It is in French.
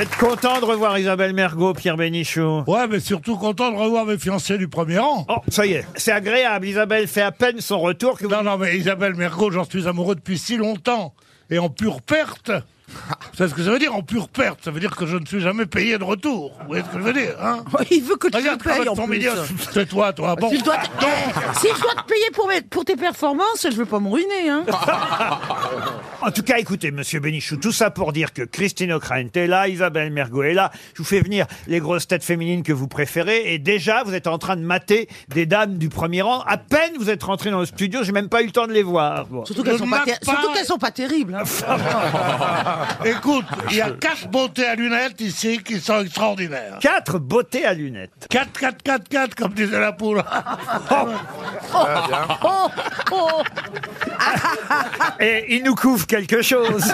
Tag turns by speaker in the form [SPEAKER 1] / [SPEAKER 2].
[SPEAKER 1] êtes content de revoir Isabelle Mergot, Pierre Bénichou
[SPEAKER 2] Ouais, mais surtout content de revoir mes fiancés du premier rang.
[SPEAKER 1] Oh, ça y est, c'est agréable. Isabelle fait à peine son retour que vous...
[SPEAKER 2] Non, non, mais Isabelle Mergo, j'en suis amoureux depuis si longtemps. Et en pure perte. Vous savez ce que ça veut dire en pure perte Ça veut dire que je ne suis jamais payé de retour. Vous voyez ce que je veux dire hein
[SPEAKER 3] Il veut que tu
[SPEAKER 2] Regarde,
[SPEAKER 3] le payes en
[SPEAKER 2] ton
[SPEAKER 3] plus. Ah,
[SPEAKER 2] milieu. C'est Ah, toi, toi. Bon.
[SPEAKER 3] S'il doit, te... Eh, s'il doit te payer pour, mes- pour tes performances, je veux pas me ruiner. Hein.
[SPEAKER 2] Bah,
[SPEAKER 1] En tout cas, écoutez, monsieur Bénichou, tout ça pour dire que Christine O'Krent est là, Isabelle Mergot est là. Je vous fais venir les grosses têtes féminines que vous préférez. Et déjà, vous êtes en train de mater des dames du premier rang. À peine vous êtes rentrés dans le studio, j'ai même pas eu le temps de les voir. Bon.
[SPEAKER 3] Surtout qu'elles
[SPEAKER 2] Je
[SPEAKER 3] sont, pas
[SPEAKER 2] n'ai
[SPEAKER 3] ter- surtout
[SPEAKER 2] pas-
[SPEAKER 3] qu'elles sont pas terribles. hein.
[SPEAKER 2] Écoute,
[SPEAKER 3] Ah,
[SPEAKER 2] il y a quatre beautés à lunettes ici qui sont extraordinaires.
[SPEAKER 1] Quatre beautés à lunettes.
[SPEAKER 2] 4, 4, 4, 4, comme disait la poule.
[SPEAKER 3] Oh, oh.
[SPEAKER 1] Et il nous couvre quelque chose.